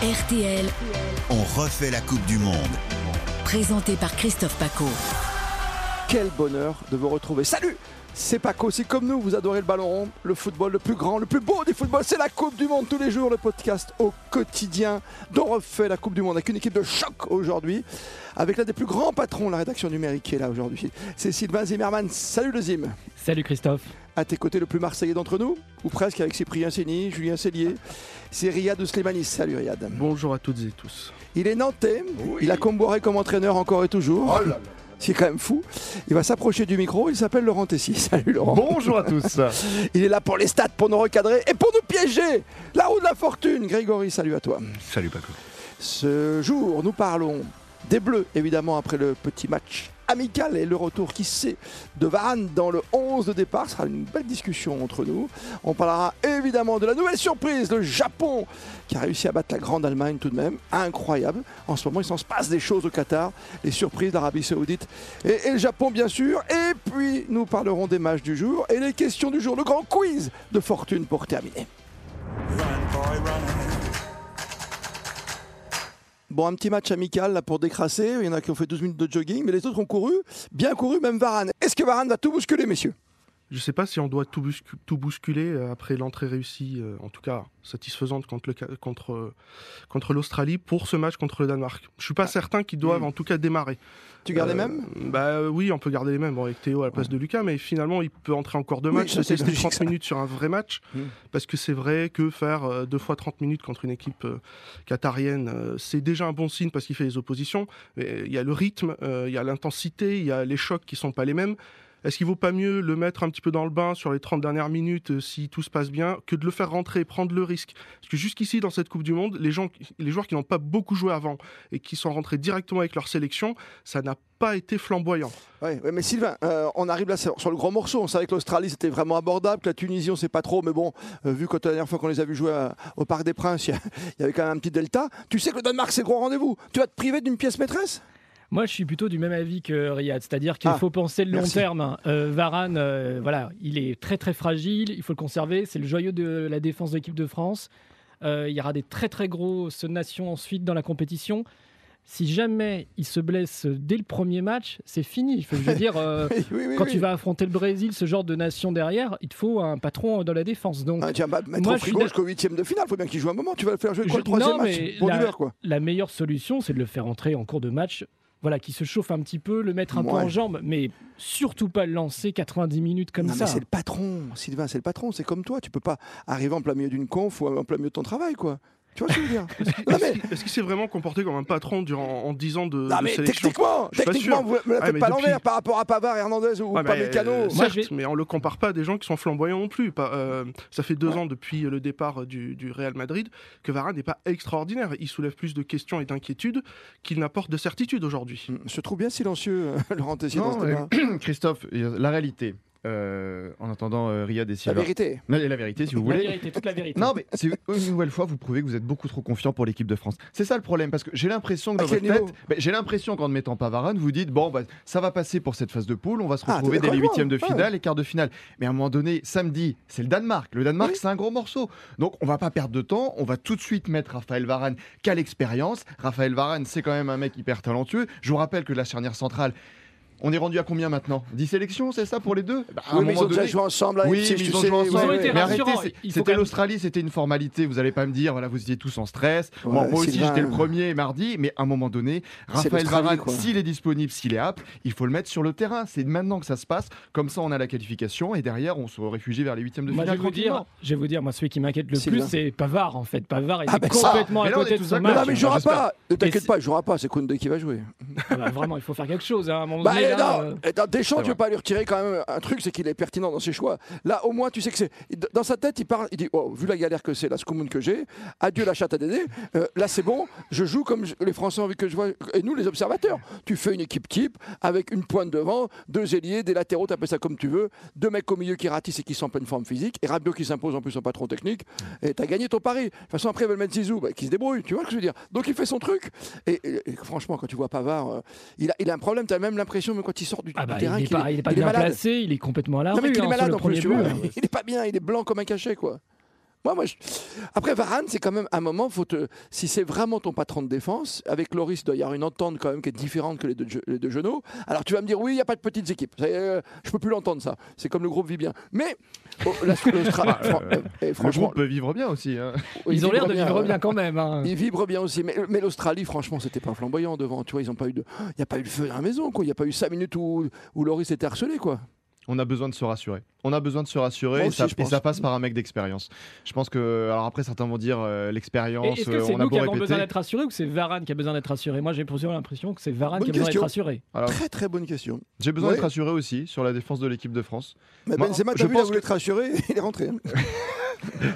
RTL, On refait la Coupe du Monde. présenté par Christophe Paco. Quel bonheur de vous retrouver. Salut C'est Paco, si comme nous vous adorez le ballon rond, le football le plus grand, le plus beau des footballs, c'est la Coupe du Monde tous les jours, le podcast au quotidien dont refait la Coupe du Monde avec une équipe de choc aujourd'hui, avec l'un des plus grands patrons de la rédaction numérique qui est là aujourd'hui. C'est Sylvain Zimmerman. Salut le Zim Salut Christophe. À tes côtés le plus marseillais d'entre nous, ou presque avec Cyprien Séni, Julien Cellier, c'est Riyad Slimani. Salut Riyad. Bonjour à toutes et tous. Il est nantais, il a comboiré comme entraîneur encore et toujours. C'est quand même fou. Il va s'approcher du micro, il s'appelle Laurent Tessier. Salut Laurent. Bonjour à tous. Il est là pour les stats, pour nous recadrer et pour nous piéger. La roue de la fortune. Grégory, salut à toi. Salut Paco. Ce jour, nous parlons des Bleus, évidemment, après le petit match amical et le retour, qui sait, de Varane dans le 11 de départ. Ce sera une belle discussion entre nous. On parlera évidemment de la nouvelle surprise, le Japon, qui a réussi à battre la Grande Allemagne tout de même. Incroyable. En ce moment, il s'en se passe des choses au Qatar, les surprises d'Arabie Saoudite et, et le Japon, bien sûr. Et puis, nous parlerons des matchs du jour et les questions du jour, le grand quiz de fortune pour terminer. Bon, un petit match amical là, pour décrasser. Il y en a qui ont fait 12 minutes de jogging, mais les autres ont couru, bien couru, même Varane. Est-ce que Varane va tout bousculer, messieurs Je ne sais pas si on doit tout, bouscu- tout bousculer euh, après l'entrée réussie, euh, en tout cas satisfaisante contre, le Ca- contre, euh, contre l'Australie pour ce match contre le Danemark. Je ne suis pas certain qu'ils doivent Mm. en tout cas démarrer. Tu gardes les Euh, mêmes Bah euh, oui, on peut garder les mêmes bon, avec Théo à la place de Lucas, mais finalement il peut entrer encore deux Oui, matchs, ça, se c'est tester logique, 30 ça. minutes sur un vrai match, Mm. parce que c'est vrai que faire euh, deux fois 30 minutes contre une équipe euh, qatarienne, euh, c'est déjà un bon signe parce qu'il fait les oppositions. Mais, euh, Il y a le rythme, euh, il y a l'intensité, il y a les chocs qui sont pas les mêmes. Est-ce qu'il vaut pas mieux le mettre un petit peu dans le bain sur les 30 dernières minutes euh, si tout se passe bien que de le faire rentrer et prendre le risque Parce que jusqu'ici, dans cette Coupe du Monde, les, gens, les joueurs qui n'ont pas beaucoup joué avant et qui sont rentrés directement avec leur sélection, ça n'a pas été flamboyant. ouais, ouais, mais Sylvain, euh, on arrive là sur, sur le grand morceau. On savait que l'Australie c'était vraiment abordable, que la Tunisie on sait pas trop, mais bon, euh, vu que la dernière fois qu'on les a vus jouer à- au Parc des Princes, il y, a- il y avait quand même un petit delta. Tu sais que le Danemark c'est le gros rendez-vous. Tu vas te priver d'une pièce maîtresse Moi, je suis plutôt du même avis que Riyad, c'est-à-dire qu'il Ah, faut penser le long merci. terme. Euh, Varane, euh, voilà, il est très très fragile, il faut le conserver. C'est le joyau de la défense de l'équipe de France. Euh, il y aura des très très grosses nations ensuite dans la compétition. Si jamais il se blesse dès le premier match, c'est fini. Je veux dire, euh, Oui, oui, oui, quand oui. tu vas affronter le Brésil, ce genre de nation derrière, il te faut un patron dans la défense. Donc, Ah, tu vas pas te mettre Moi, au je suis frigo d'a- jusqu'au huitième de finale. Faut bien qu'il joue un moment. Tu vas le faire jouer Je- quoi, le troisième non, mais match pour la- l'hiver quoi. la meilleure solution, c'est de le faire entrer en cours de match. Voilà, qui se chauffe un petit peu, le mettre un Ouais. peu en jambe, mais surtout pas le lancer 90 minutes comme non, ça. mais c'est le patron, Sylvain, c'est le patron, c'est comme toi, tu peux pas arriver en plein milieu d'une conf ou en plein milieu de ton travail, quoi. Tu vois ce que je veux dire Non, Est-ce mais- qu'il- est-ce qu'il s'est vraiment comporté comme un patron durant, en 10 ans de, Non de mais sélection techniquement, Je suis pas techniquement, sûr. vous me la Ah, faites mais pas à depuis- l'envers par rapport à Pavard, Hernandez ou Ouais, mais, Pamecano. euh, Moi, certes, je vais- mais on le compare pas à des gens qui sont flamboyants non plus. Pas, euh, ça fait deux ans depuis le départ du, du Real Madrid que Varane n'est pas extraordinaire. Il soulève plus de questions et d'inquiétudes qu'il n'apporte de certitudes aujourd'hui. Mm, Je te trouve bien silencieux, euh, Laurent Tessier, dans Non, ce euh, débat. Christophe, euh, la réalité. Euh, en attendant euh, Riyad et La Silva. vérité. Non, la vérité, si vous La voulez. vérité, toute la vérité. Non, mais c'est une nouvelle fois, vous prouvez que vous êtes beaucoup trop confiant pour l'équipe de France. C'est ça le problème, parce que j'ai l'impression que À dans quel votre niveau tête, ben, j'ai l'impression qu'en ne mettant pas Varane, vous dites bon, bah, ça va passer pour cette phase de poule, on va se Ah, retrouver t'es dès les d'accord, huitièmes de ouais. finale et quarts de finale. Mais à un moment donné, samedi, c'est le Danemark. Le Danemark, Oui. c'est un gros morceau. Donc, on va pas perdre de temps, on va tout de suite mettre Raphaël Varane qu'à l'expérience. Raphaël Varane, c'est quand même un mec hyper talentueux. Je vous rappelle que la charnière centrale. On est rendu à combien maintenant 10 sélections, c'est ça pour les deux Bah, à un Oui, mais ils moment ont déjà donné- joué ensemble. avec oui, Sif, mais tu ils ont sais, joué ouais, ensemble. Ils ont ouais. été mais rassurants, arrêtez, il c'est- faut quand c'était même- l'Australie, c'était une formalité. Vous allez pas me dire, voilà, vous étiez tous en stress. Ouais, Bon, moi aussi, Sylvain, j'étais le premier mardi, mais à un moment donné, Raphaël l'Australie, Varane, quoi. s'il est disponible, s'il est apte, il faut le mettre sur le terrain. C'est maintenant que ça se passe. Comme ça, on a la qualification et derrière, on se réfugie vers les huitièmes de Moi, je vais finale. vous dire, je vais vous dire, moi, celui qui m'inquiète le Sylvain. plus, c'est Pavard, en fait. Pavard, il Ah, est ben ça, complètement mais à là, on est côté de tous son d'accord. Mais match. non, mais il jouera J'espère. pas. Ne Et t'inquiète c'est- pas, il jouera pas. C'est Koundé qui va jouer. Ah bah, vraiment, il faut faire quelque chose. hein, à un moment Bah, donné, eh, là, euh, non, eh, dans Deschamps, c'est tu veux pas lui retirer quand même un truc, c'est qu'il est pertinent dans ses choix. Là, au moins, tu sais que c'est. Dans sa tête, il parle, il dit oh, vu la galère que c'est, la scoumoune que j'ai, adieu la chatte à Dédé, euh, là c'est bon, je joue comme je- les Français ont envie que je vois, et nous les observateurs. Tu fais une équipe type, avec une pointe devant, deux ailiers, des latéraux, t'appelles ça comme tu veux, deux mecs au milieu qui ratissent et qui sont en pleine forme physique, et Rabiot qui s'impose en plus en patron technique, et t'as gagné ton pari. De toute façon, après, ils veulent mettre Zizou, bah, qui se débrouille, tu vois ce que je veux dire. Donc il fait son truc, et, et- et franchement, quand tu vois Pavard. euh, il a, il a un problème, tu as même l'impression, même quand il sort du, ah du bah, il terrain, n'est qu'il pas, il est pas il est bien malade. placé, il est complètement à la Non, mais rue qu'il est hein, Ah sur malade le en plus, premier tu but. vois. Il est pas bien, il est blanc comme un cachet, quoi. Moi, moi, je- Après, Varane, c'est quand même un moment, faut te- si c'est vraiment ton patron de défense, avec Loris, il doit y avoir une entente quand même qui est différente que les deux, ge- les deux genoux. Alors tu vas me dire, oui, il n'y a pas de petites équipes. Ça, euh, je peux plus l'entendre, ça. C'est comme le groupe vit bien. Mais oh, la- le Stra- fran- euh, et Le franchement, groupe peut vivre bien aussi. hein. oui, Ils ont l'air de vivre ouais. bien quand même. hein. Ils vibrent bien aussi. Mais, mais l'Australie, franchement, c'était pas flamboyant devant. Tu vois, ils ont pas eu de. Il n'y a pas eu le feu dans la maison, quoi. Il n'y a pas eu 5 minutes où, où Loris était harcelé, quoi. On a besoin de se rassurer. On a besoin de se Moi rassurer et, aussi, ça, je et pense. ça passe par un mec d'expérience. Je pense que. Alors après, certains vont dire euh, Et l'expérience, Est-ce euh, que c'est on a nous qui beau avons besoin répéter. d'être rassurés ou que c'est Varane qui a besoin d'être rassuré Moi, j'ai plutôt l'impression que c'est Varane Bonne qui a besoin d'être question. rassuré. Alors, Très, très bonne question. J'ai besoin Ouais. d'être rassuré aussi sur la défense de l'équipe de France. Mais Moi, Benzema, je t'as vu, il a pense voulu être rassuré, il est rentré. hein.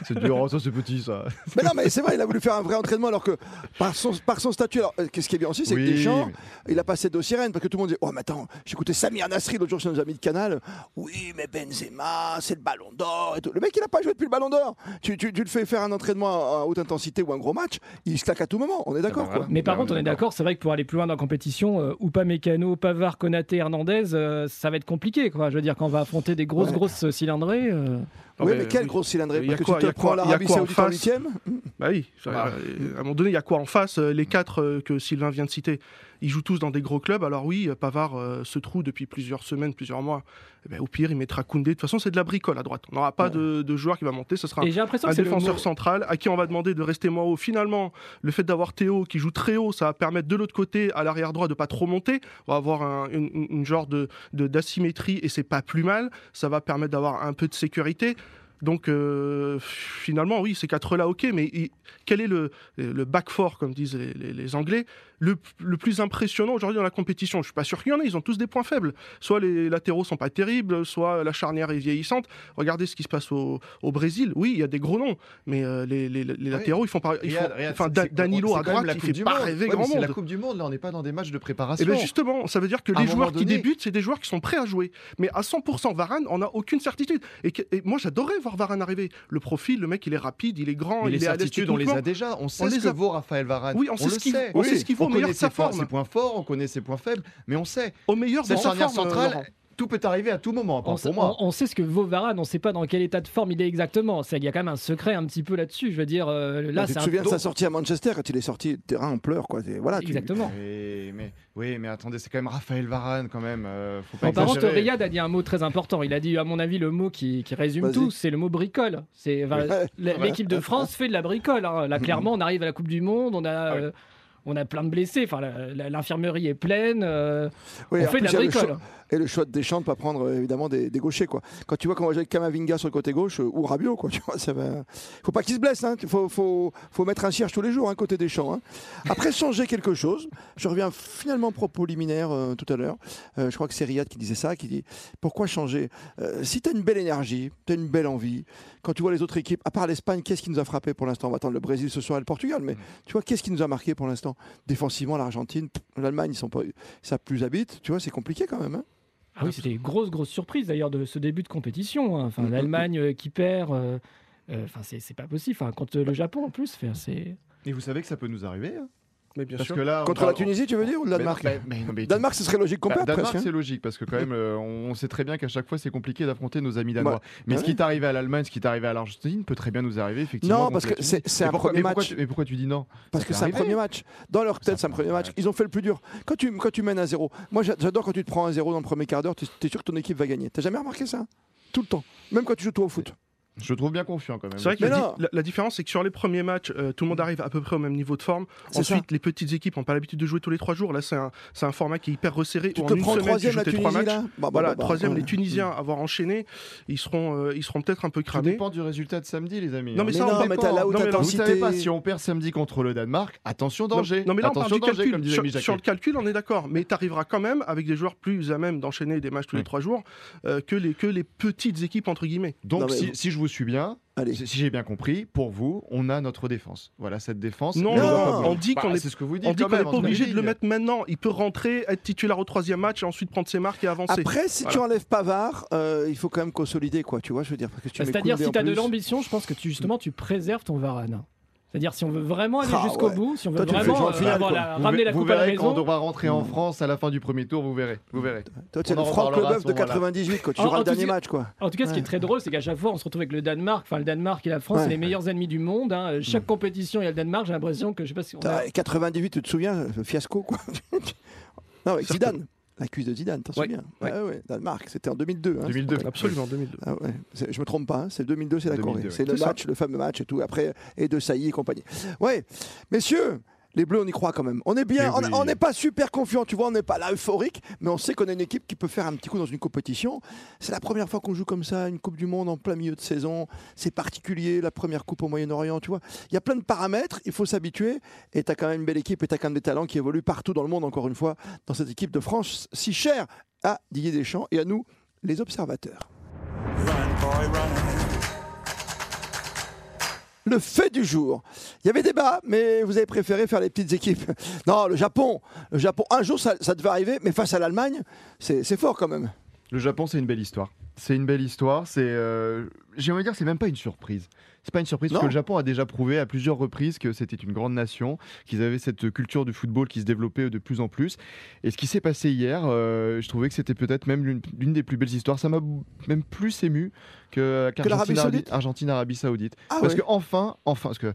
C'est dur, oh, ça c'est petit ça. Mais non, mais c'est vrai, il a voulu faire un vrai entraînement alors que par son, par son statut, alors euh, qu'est-ce qui est bien aussi, c'est Oui, que Deschamps, mais- il a passé deux sirènes parce que tout le monde dit Oh, mais attends, j'écoutais Samir Nasri l'autre jour chez nos amis de Canal. Oui, mais Benzema, c'est le ballon d'or et tout. Le mec, il n'a pas joué depuis le ballon d'or. Tu, tu- tu le fais faire un entraînement à, à haute intensité ou un gros match, il se claque à tout moment, on est Ah d'accord voilà. quoi. Mais par Bah, contre, on on est est d'accord, c'est vrai que pour aller plus loin dans la compétition, euh, Oupa Mécano, Pavard, Konaté, Hernandez, euh, ça va être compliqué. Quoi. Je veux dire, quand on va affronter des grosses, Ouais. grosses cylindrées. euh, Ah, oui, mais mais quel oui. gros cylindré Il y a Parce que quoi, tu il te y a prends quoi, il y a l'Arabie quoi en Saoudite en face huitième Bah oui, ça, Bah, euh, à un moment donné, il y a quoi en face Euh, Hmm. Les quatre euh, que Sylvain vient de citer, ils jouent tous dans des gros clubs. Alors oui, euh, Pavard euh, se trouve depuis plusieurs semaines, plusieurs mois. Eh ben, au pire, il mettra Koundé. De toute façon, c'est de la bricole à droite. On n'aura pas de, de joueur qui va monter. Ce sera un, Et j'ai l'impression un que c'est le défenseur mot- central à qui on va demander de rester moins haut. Finalement, le fait d'avoir Théo qui joue très haut, ça va permettre de l'autre côté, à l'arrière droit, de pas trop monter. On va avoir un, une, une- une genre de de- d'asymétrie et c'est pas plus mal. Ça va permettre d'avoir un peu de sécurité. Donc euh, finalement, oui, ces quatre-là, ok, mais il- quel est le, le back four, comme disent les, les- les Anglais, le, le plus impressionnant aujourd'hui dans la compétition Je suis pas sûr qu'il y en ait, ils ont tous des points faibles. Soit les latéraux sont pas terribles, soit la charnière est vieillissante. Regardez ce qui se passe au, au Brésil. Oui, il y a des gros noms, mais euh, les, les- les latéraux, ils font pas. ils font- Regarde, regarde, Enfin, c'est- Da- c'est- Danilo c'est à quand même droite, la il Coupe fait du pas Monde. rêver Ouais, grand mais C'est la monde. Coupe du Monde, là on n'est pas dans des matchs de Et préparation. bien justement, ça veut dire que À un les moment joueurs qui donné- débutent, c'est des joueurs qui sont prêts à jouer. Mais à 100%, Varane, on n'a aucune certitude. Et, que- et moi, j'adorais voir Varane arriver. Le profil, le mec, il est rapide, il est grand, Mais il les est à l'aise certitudes, on les techniquement. a déjà. On sait On ce les que a- vaut Raphaël Varane. Oui, on sait Ah, le ce qu'il- sait. on sait ce qu'il vaut, On mais de connaît sa ses points- forme. ses points forts, on connaît ses points faibles, mais on sait. Au meilleur de Cette sa charnière forme, euh, centrale, Laurent. tout peut arriver à tout moment. à On, part sait- Pour moi, on- on sait ce que vaut Varane, on ne sait pas dans quel état de forme il est exactement. C'est- Il y a quand même un secret un petit peu là-dessus. Je veux dire, euh, là, Bah, Tu c'est te un souviens de don- sa sortie à Manchester quand il est sorti, le terrain en pleurs quoi. C'est- Voilà, tu- Exactement. Oui, mais, oui, mais attendez, c'est quand même Raphaël Varane quand même. euh, faut pas En parlant, exagérer. Riyad a dit un mot très important. Il a dit, à mon avis, le mot qui, qui résume Vas-y. tout, c'est le mot bricole. C'est enfin, Ouais. l- l'équipe Euh, de France fait de la bricole. hein. Mhm. Là, clairement, on arrive à la Coupe du Monde, on a, Ah oui. euh, on a plein de blessés. Enfin, la- la- l'infirmerie est pleine. euh, Oui, on en fait plus, de la il y a le bricole. choix- Et le choix de Deschamps de pas prendre euh, évidemment des, des gauchers quoi. Quand tu vois qu'on va jouer avec Kamavinga sur le côté gauche euh, ou Rabiot quoi, tu vois, ça va. Faut pas qu'il se blesse hein. Tu- Faut, faut, faut mettre un cierge tous les jours hein, côté Deschamps. Hein. Après changer quelque chose, je reviens finalement au propos liminaire euh, tout à l'heure. Euh, je crois que c'est Riyad qui disait ça, qui dit pourquoi changer Euh, Si t'as une belle énergie, t'as une belle envie. Quand tu vois les autres équipes, à part l'Espagne, qu'est-ce qui nous a frappé pour l'instant On va attendre le Brésil ce soir et le Portugal, mais tu vois qu'est-ce qui nous a marqué pour l'instant Défensivement, l'Argentine, pff, l'Allemagne, ils sont pas, ça plus habite. Tu vois, c'est compliqué quand même. hein. Ah oui, c'était une grosse, grosse surprise d'ailleurs de ce début de compétition. hein. Mhm. Enfin, l'Allemagne euh, qui perd. euh, euh, Enfin, c'est c'est pas possible. Enfin, contre le Japon en plus, enfin, c'est. Et vous savez que ça peut nous arriver. hein, Mais bien parce sûr. que là, on Contre parle- la Tunisie, tu veux dire, ou le Mais- Danemark mais- mais- mais- Danemark, ce serait logique qu'on Bah, perde Danemark, presque. hein. c'est logique parce que quand même, euh, on on sait très bien qu'à chaque fois, c'est compliqué d'affronter nos amis danois. mais bah ce oui. qui est arrivé à l'Allemagne, ce qui est arrivé à l'Argentine, peut très bien nous arriver effectivement. Non, contre parce la que Tunisie. c'est c'est Mais un pourquoi- premier mais pourquoi match. tu- Mais pourquoi tu dis non Parce que Ça peut c'est un arriver. premier match. Dans leur C'est un tête, c'est un premier match. Ils ont fait le plus dur. Quand tu, quand tu mènes à zéro, moi j'a- j'adore quand tu te prends à zéro dans le premier quart d'heure, tu es sûr que ton équipe va gagner. T'as jamais remarqué ça Tout le temps. Même quand tu joues toi au foot. Je le trouve bien confiant quand même. C'est vrai que Mais la, non. di- la- la différence, c'est que sur les premiers matchs, euh, tout le monde arrive à peu près au même niveau de forme. C'est Ensuite, ça. les petites équipes n'ont pas l'habitude de jouer tous les trois jours. Là, c'est un, c'est un format qui est hyper resserré. Tu où te en une prends semaine, tu troisième joues la tes Tunisie trois matchs. là Bah, bah, Voilà, bah, bah, troisième, ouais. les Tunisiens, avoir enchaîné, ils seront, euh, ils seront peut-être un peu Tout cramés. dépend du résultat de samedi, les amis. Non, hein. Mais mais ça, on non, mais dépend. t'as la haute Non, mais là, Vous intensité. savez pas si on perd samedi contre le Danemark, attention danger. Non, non, mais là, on parle attention du danger, calcul. comme disait sur, Ami Jacquet. sur le calcul, on est d'accord. Mais tu arriveras quand même avec des joueurs plus à même d'enchaîner des matchs tous Oui. les trois jours euh, que, les, que les petites équipes, entre guillemets. Donc, Non, mais- si, si je vous suis bien, Allez. si si j'ai bien compris, pour vous, on a notre défense. Voilà, cette défense. Non, on doit non, pas Bah, bloquer. on dit qu'on est- C'est ce que vous dites. On dit quand qu'on n'est même, pas en Premier obligé de le League. mettre maintenant. Il peut rentrer, être titulaire au troisième match et ensuite prendre ses marques et avancer. Après, si tu Voilà. enlèves Pavard, euh, il faut quand même consolider quoi. Tu vois, je veux dire. parce que tu mets Bah, C'est-à-dire, Koundé si en tu as de plus. l'ambition, je pense que tu, justement, tu préserves ton Varane. hein. C'est-à-dire, si on veut vraiment aller Ah, jusqu'au ouais. bout, si on veut Toi, tu le fais vraiment jouer en euh, finale, avoir quoi. la- Vous ramener ve- la vous coupe à la verrez quand on maison, va rentrer en France à la fin du premier tour, vous verrez. Vous verrez. Toi, c'est On le en Franck reparlera à Leboeuf ce de moment-là. 98, quand tu En- joueras en le dernier tout- match, quoi. en tout cas, ce qui est Ouais. très drôle, c'est qu'à chaque fois, on se retrouve avec le Danemark. Enfin, le Danemark et la France, Ouais. c'est les meilleurs ennemis du monde. hein. Euh, Chaque compétition, il y a le Danemark. J'ai l'impression que, je sais pas si on a- T'as- 98, tu te souviens, le fiasco, quoi. non, avec Certain. Zidane. La cuisse de Zidane, t'en Ouais, souviens ouais. Ah ouais, Danemark, c'était en 2002. hein, 2002. c'est- Absolument, 2002. Ah ouais, c'est- je me trompe pas, hein, c'est 2002, c'est la 2002, Corée. ouais. C'est le C'est ça. match, le fameux match et tout, après, et de Sailly et compagnie. Ouais, messieurs, les Bleus, on y croit quand même. On est bien, Eh on oui. on n'est pas super confiant, tu vois, on n'est pas là euphorique, mais on sait qu'on a une équipe qui peut faire un petit coup dans une compétition. C'est la première fois qu'on joue comme ça, une Coupe du Monde en plein milieu de saison. C'est particulier, la première Coupe au Moyen-Orient, tu vois. Il y a plein de paramètres, il faut s'habituer, et tu as quand même une belle équipe, et tu as quand même des talents qui évoluent partout dans le monde, encore une fois, dans cette équipe de France si chère à Didier Deschamps et à nous, les observateurs. Le fait du jour. Il y avait débat, mais vous avez préféré faire les petites équipes. Non, le Japon. Le Japon, un jour, ça, ça devait arriver, mais face à l'Allemagne, c'est c'est fort quand même. Le Japon, c'est une belle histoire. C'est une belle histoire. C'est, euh, j'ai envie de dire, c'est même pas une surprise. C'est pas une surprise parce Non. que le Japon a déjà prouvé à plusieurs reprises que c'était une grande nation, qu'ils avaient cette culture du football qui se développait de plus en plus. Et ce qui s'est passé hier, euh, je trouvais que c'était peut-être même l'une, l'une des plus belles histoires. Ça m'a b- même plus ému que, Que l'Arabie Saoudite Argentine, Arabie Saoudite. Ah parce ouais. que enfin, enfin, parce que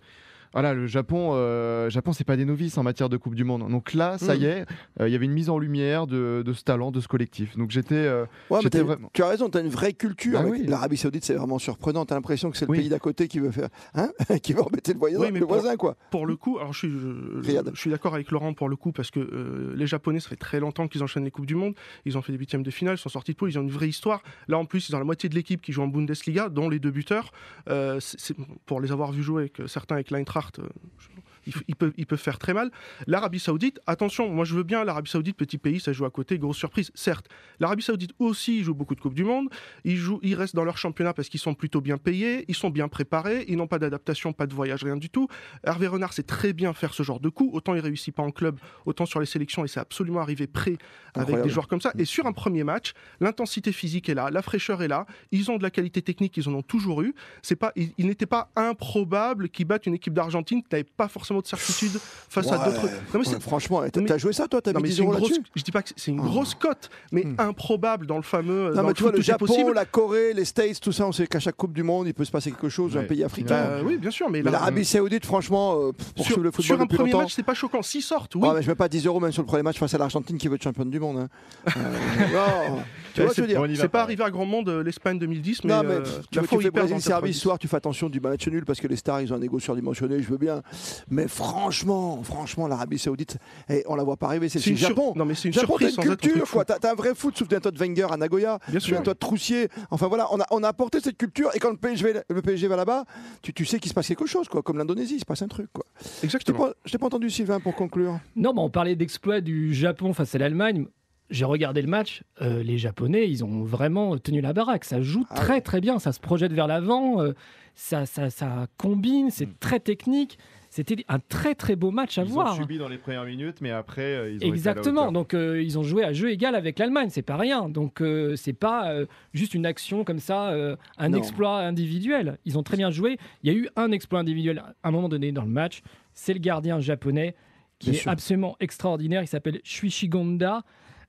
voilà, le Japon, euh, Japon, c'est pas des novices en matière de Coupe du Monde. Donc là, ça Mm. y est, euh, il y avait une mise en lumière de, de ce talent, de ce collectif. Donc j'étais euh, Ouais, mais j'étais t'as- vraiment- Tu as raison, tu as une vraie culture. Ah Bah avec oui. L'Arabie Saoudite, c'est vraiment surprenant. Tu as l'impression que c'est le Oui. pays d'à côté qui veut faire, hein qui veut embêter le, voisin, Oui, mais le pour- Ah, voisin, quoi. Pour le coup, alors je suis, je- Riyad. je suis d'accord avec Laurent pour le coup, parce que euh, les Japonais, ça fait très longtemps qu'ils enchaînent les Coupes du Monde. Ils ont fait des huitièmes de finale, ils sont sortis de poule, ils ont une vraie histoire. Là, en plus, ils ont la moitié de l'équipe qui joue en Bundesliga, dont les deux buteurs. Euh, c'est- c'est- pour les avoir vus jouer, avec, euh, certains avec l'Eintracht, euh, je- ils, f- ils peuvent, ils peuvent faire très mal. L'Arabie Saoudite, attention, moi je veux bien l'Arabie Saoudite, petit pays, ça joue à côté, grosse surprise, certes. L'Arabie Saoudite aussi joue beaucoup de Coupes du Monde. Ils, jouent, ils restent dans leur championnat parce qu'ils sont plutôt bien payés, ils sont bien préparés, ils n'ont pas d'adaptation, pas de voyage, rien du tout. Hervé Renard sait très bien faire ce genre de coup. Autant il réussit pas en club, autant sur les sélections, et c'est absolument arrivé prêt avec Incroyable. des joueurs comme ça. Et sur un premier match, l'intensité physique est là, la fraîcheur est là. Ils ont de la qualité technique, ils en ont toujours eu. C'est pas, il, il n'était pas improbable qu'ils battent une équipe d'Argentine qui n'avait pas forcément de certitude face à Ouais. d'autres. Non mais c'est Ouais, franchement, t'as mais- t'as joué ça, toi T'as non, mis mais 10 c'est une euros grosse, là-dessus je dis pas que c'est une Oh. grosse cote, mais Hmm. improbable dans le fameux. non, dans mais tu vois, le foot, tout est Japon, possible. la Corée, les States, tout ça, on sait qu'à chaque Coupe du Monde, il peut se passer quelque chose, un Ouais. pays africain. Bah, oui, bien sûr, mais, Mais là, hmm. l'Arabie Saoudite, franchement, euh, pff, pour sur, suivre le sur football un depuis premier longtemps. match, c'est pas choquant. S'ils sortent, oui, Ah, mais je mets pas 10 euros même sur le premier match face à l'Argentine qui veut être championne du monde. hein. Euh, non. Tu vois, ce que je veux dire. on y va C'est pas ouais. arrivé à grand monde euh, l'Espagne 2010, mais, Non, mais euh, tu, la vois, fois tu où fais ils perdent en Brésil service 90. soir, tu fais attention du match nul parce que les stars ils ont un égo surdimensionné, je veux bien. Mais franchement, franchement, l'Arabie Saoudite, eh, on la voit pas arriver. C'est C'est le une sur- Japon. Non, mais c'est une Japon, t'as surprise une sans être un truc culture, fou. quoi. T'as t'as un vrai foot. Souviens-toi de Wenger à Nagoya. Bien sûr. Souviens-toi de Troussier. Enfin voilà, on a, on a apporté cette culture. Et quand le PSG, va- le PSG va là-bas, tu, tu sais qu'il se passe quelque chose, quoi. Comme l'Indonésie, il se passe un truc, quoi. Je t'ai Exactement. pas, je t'ai pas entendu, Sylvain, pour conclure. Non, mais on parlait d'exploit du Japon face à l'Allemagne. J'ai regardé le match. euh, les Japonais, ils ont vraiment tenu la baraque. Ça joue Ah très très bien. Ça se projette vers l'avant. euh, ça, ça, ça combine. C'est très technique. C'était un très très beau match à Ils voir. hein. ont subi dans les premières minutes, mais après, euh, ils ont été à la Exactement. hauteur. Donc euh, ils ont joué à jeu égal avec l'Allemagne. C'est pas rien. Donc euh, c'est pas euh, juste une action comme ça, euh, un Non. exploit individuel. Ils ont très bien joué. Il y a eu un exploit individuel à un moment donné dans le match. C'est le gardien japonais qui Bien est sûr. absolument extraordinaire. Il s'appelle Shuichigonda.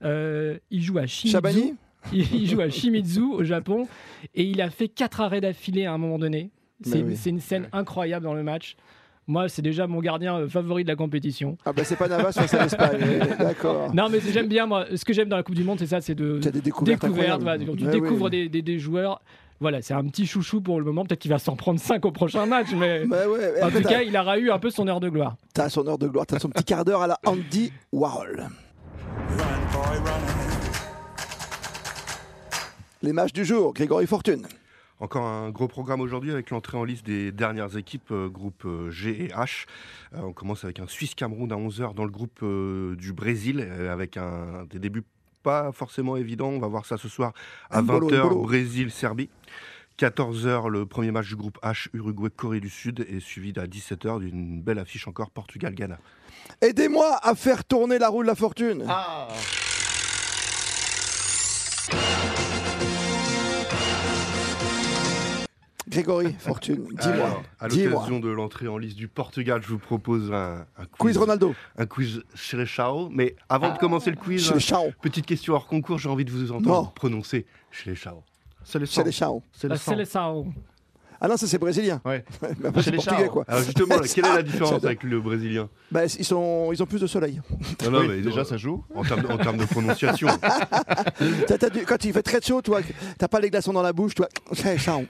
Euh, il joue à Shimizu. Chabani Il joue à Shimizu au Japon et il a fait quatre arrêts d'affilée à un moment donné. Bah C'est oui. c'est une scène incroyable dans le match. Moi, c'est déjà mon gardien euh, favori de la compétition. Ah bah c'est pas Navas face à l'Espagne. D'accord. Non, mais c'est- j'aime bien, moi. Ce que j'aime dans la Coupe du Monde, c'est ça, c'est de Tu as des découvertes. découverte. incroyables. Bah voilà, bah, tu Ouais, découvres ouais. des, des- des joueurs. Voilà, c'est un petit chouchou pour le moment. Peut-être qu'il va s'en prendre 5 au prochain match, mais Bah ouais, en après, tout t'as- cas, il aura eu un peu son heure de gloire. T'as son heure de gloire, t'as son petit quart d'heure à la Andy Warhol. Les matchs du jour, Grégory Fortune. Encore un gros programme aujourd'hui avec l'entrée en liste des dernières équipes, euh, groupe euh, G et H. Euh, on commence avec un Suisse-Cameroun à 11h dans le groupe euh, du Brésil, euh, avec un, des débuts pas forcément évidents. On va voir ça ce soir à Mbolo, 20h, Mbolo. Brésil-Serbie. 14h, le premier match du groupe H, Uruguay-Corée du Sud, et suivi à 17h d'une belle affiche encore Portugal-Ghana. Aidez-moi à faire tourner la roue de la fortune. Ah Grégory Fortune, dis-moi. Alors, à dis-moi. l'occasion de l'entrée en liste du Portugal, je vous propose un, un Quiz Ronaldo, un quiz chez les Chao. Mais avant de commencer le quiz, chez les Chao. petite question hors concours, j'ai envie de vous entendre prononcer chez les Chao. C'est les Chez sangs. les Chao. C'est les La sangs. Seleção. Ah non, ça c'est brésilien. Ouais. Mais après, c'est Chez les Bah, portugais Chao. quoi. Alors justement, là, quelle est la différence J'adore. avec le brésilien Bah, ils, sont, ils ont plus de soleil. Non, non, Oui, mais déjà, non, ça joue. en, termes, en termes de prononciation. T'as- t'as du- quand il fait très chaud, toi, t'as pas les glaçons dans la bouche, toi. Eh, Chez les Chao.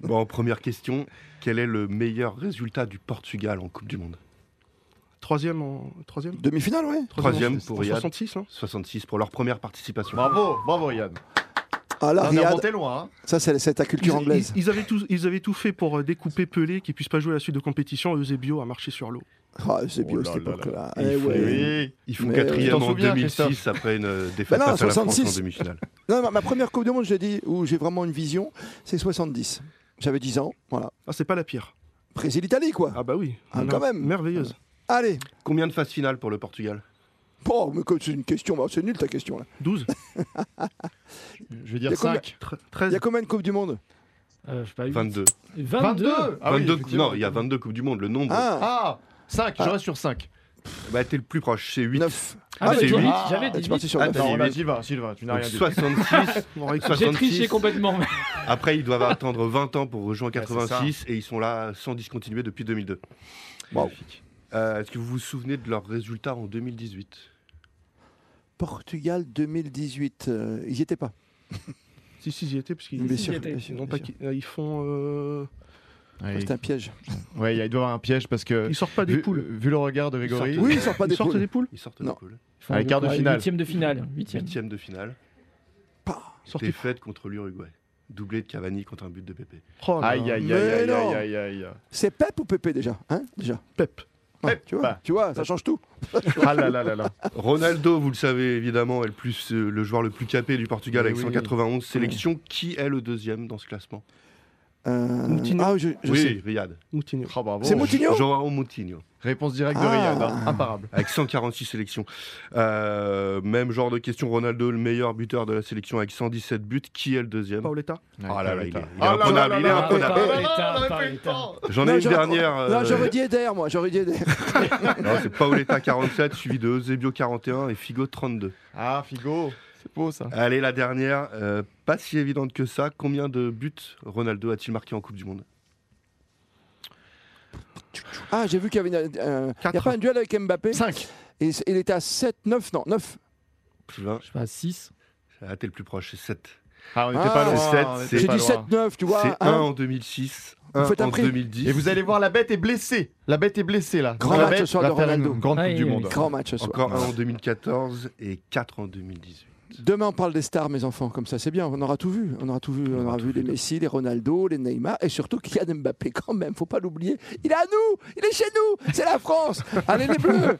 Bon, première question, quel est le meilleur résultat du Portugal en Coupe du Monde Troisième en. Troisième Demi-finale, ouais. Troisième en- hein. pour en Riyad. 66, non 66 pour leur première participation. Bah, Bravo, bravo Yann. Ah là, On est Riyad, remonté loin. hein. ça c'est c'est ta ils, culture ils, anglaise. ils avaient tout, ils avaient tout fait pour euh, découper Pelé, qui puisse pas jouer à la suite de compétition. Eusebio a marché sur l'eau. Ah, c'est bien Oh là cette là là. époque-là. Il Eh faut- ouais. Oui. Ils font Mais, quatrième euh, t'en en souviens, 2006 après une euh, défaite Bah non, face à la France en 66. demi-finale. Non, ma, ma première Coupe du Monde, je l'ai dit, où j'ai vraiment une vision, c'est 70. J'avais 10 ans, voilà. Ah, c'est pas la pire. Brésil-Italie, quoi. Ah bah oui. Ah, Non, quand même. Merveilleuse. Allez. Combien de phases finales pour le Portugal Bon, mais écoute, c'est une question, bah, c'est nul ta question. là. 12, Je Il vais y dire a combien- 5. tre- Il y a 13. combien de Coupe du Monde Euh, je sais pas, huit. 22. 22. Ah oui, 22 effectivement. non, il y a 22 Coupes du Monde, le nombre. Ah, Ah 5, je reste sur 5. Bah, t'es le plus proche, c'est 8. 9. Ah, Ah, mais c'est toi, huit. J'avais Ah, tu dit. parti huit. sur Ah, neuf. t'as- Non, dit là, huit. j'y vais, Sylvain, tu n'as Ah, Donc rien dit. 66. On aurait- J'ai 66. triché complètement. mais- Après, ils doivent attendre 20 ans pour rejoindre Ouais, c'est 86 et ils sont là sans discontinuer depuis 2002. Wow. Euh, Est-ce que vous vous souvenez de leurs résultats en 2018 Portugal 2018. euh, ils n'y étaient pas. Si, si, ils y étaient, parce qu'ils Bien si, sûr. ils y étaient. bien ils sûr, n'ont bien pas sûr. qui- euh, Ils font. euh, Ouais, C'est un piège. ouais, il doit y avoir un piège parce Euh, que. Ils sortent pas des Vu, poules. vu le regard de Grégory. Oui, ils sortent pas Ils des sortent poules. des poules Ils sortent Non. de poule. À les quarts de Ouais, finale. Huitième de finale. Huitième. Huitième de finale, Pas. Sortez. défaite contre l'Uruguay. Doublé de Cavani contre un but de Pépé. Oh là Aïe, là. aïe, aïe, Mais aïe, non. aïe, aïe, aïe, aïe. C'est Pep ou Pépé déjà hein Déjà. Pep. Ouais, Pep, tu, vois, bah. tu vois, ça change tout. Ah là là là là. Ronaldo, vous le savez évidemment, est le, plus, euh, le joueur le plus capé du Portugal Mais avec oui. Mm. 191 sélections. Qui est le deuxième dans ce classement Euh, Moutinho. Ah, je, je Oui, sais. Riyad. Moutinho. Oh, bravo. C'est Moutinho João Moutinho, Réponse directe de Ah. Riyad, hein. imparable. avec 146 sélections. Euh, même genre de question, Ronaldo, le meilleur buteur de la sélection avec 117 buts. Qui est le deuxième Paoletta. Ah là là, il est- il est Ah là là imprenable, là il est là Ah, là là là imprenable. là là, Paoletta, on avait Paoletta. plus le temps. J'en Non, ai une j'aurais- dernière. Non, euh, j'aurais dit Eder, moi. J'aurais dit Eder. non, c'est Paoletta 47, suivi de Eusebio 41 et Figo 32. Ah, Figo, c'est beau ça. Allez, la dernière, euh, pas si évidente que ça. Combien de buts Ronaldo a-t-il marqué en Coupe du Monde Ah, j'ai vu qu'il y avait une- euh, il y a Quatre. pas un duel avec Mbappé. 5. Et c- il était à 7, 9, non, 9. Sylvain, Je sais pas, 6. ah, t'es le plus proche, c'est 7. Ah, on était Ah, pas loin. c'est on sept, était c'est- J'ai pas dit loin. 7, 9, tu vois. c'est hein. 1 en 2006, 1 faites un en prix. 2010. Et vous allez voir, la bête est blessée. La bête est blessée là. Grand la match bête ce soir de va faire Ronaldo. une grande Ah, coupe du oui, monde. oui. Grand match ce soir. Encore 1 en 2014 et 4 en 2018. Demain, on parle des stars, mes enfants, comme ça, c'est bien. On aura tout vu. On aura tout vu. On, aura vu les Messi, les Ronaldo, les Neymar et surtout Kylian Mbappé, quand même. Faut pas l'oublier. Il est à nous. Il est chez nous. C'est la France. Allez, les Bleus.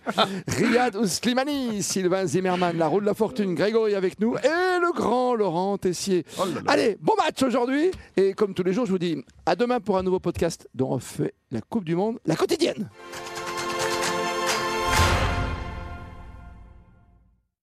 Riyad Slimani, Sylvain Zimmermann, la roue de la fortune, Grégory avec nous et le grand Laurent Tessier. Oh Allez, bon match aujourd'hui. Et comme tous les jours, je vous dis à demain pour un nouveau podcast dont on fait la Coupe du Monde, la quotidienne.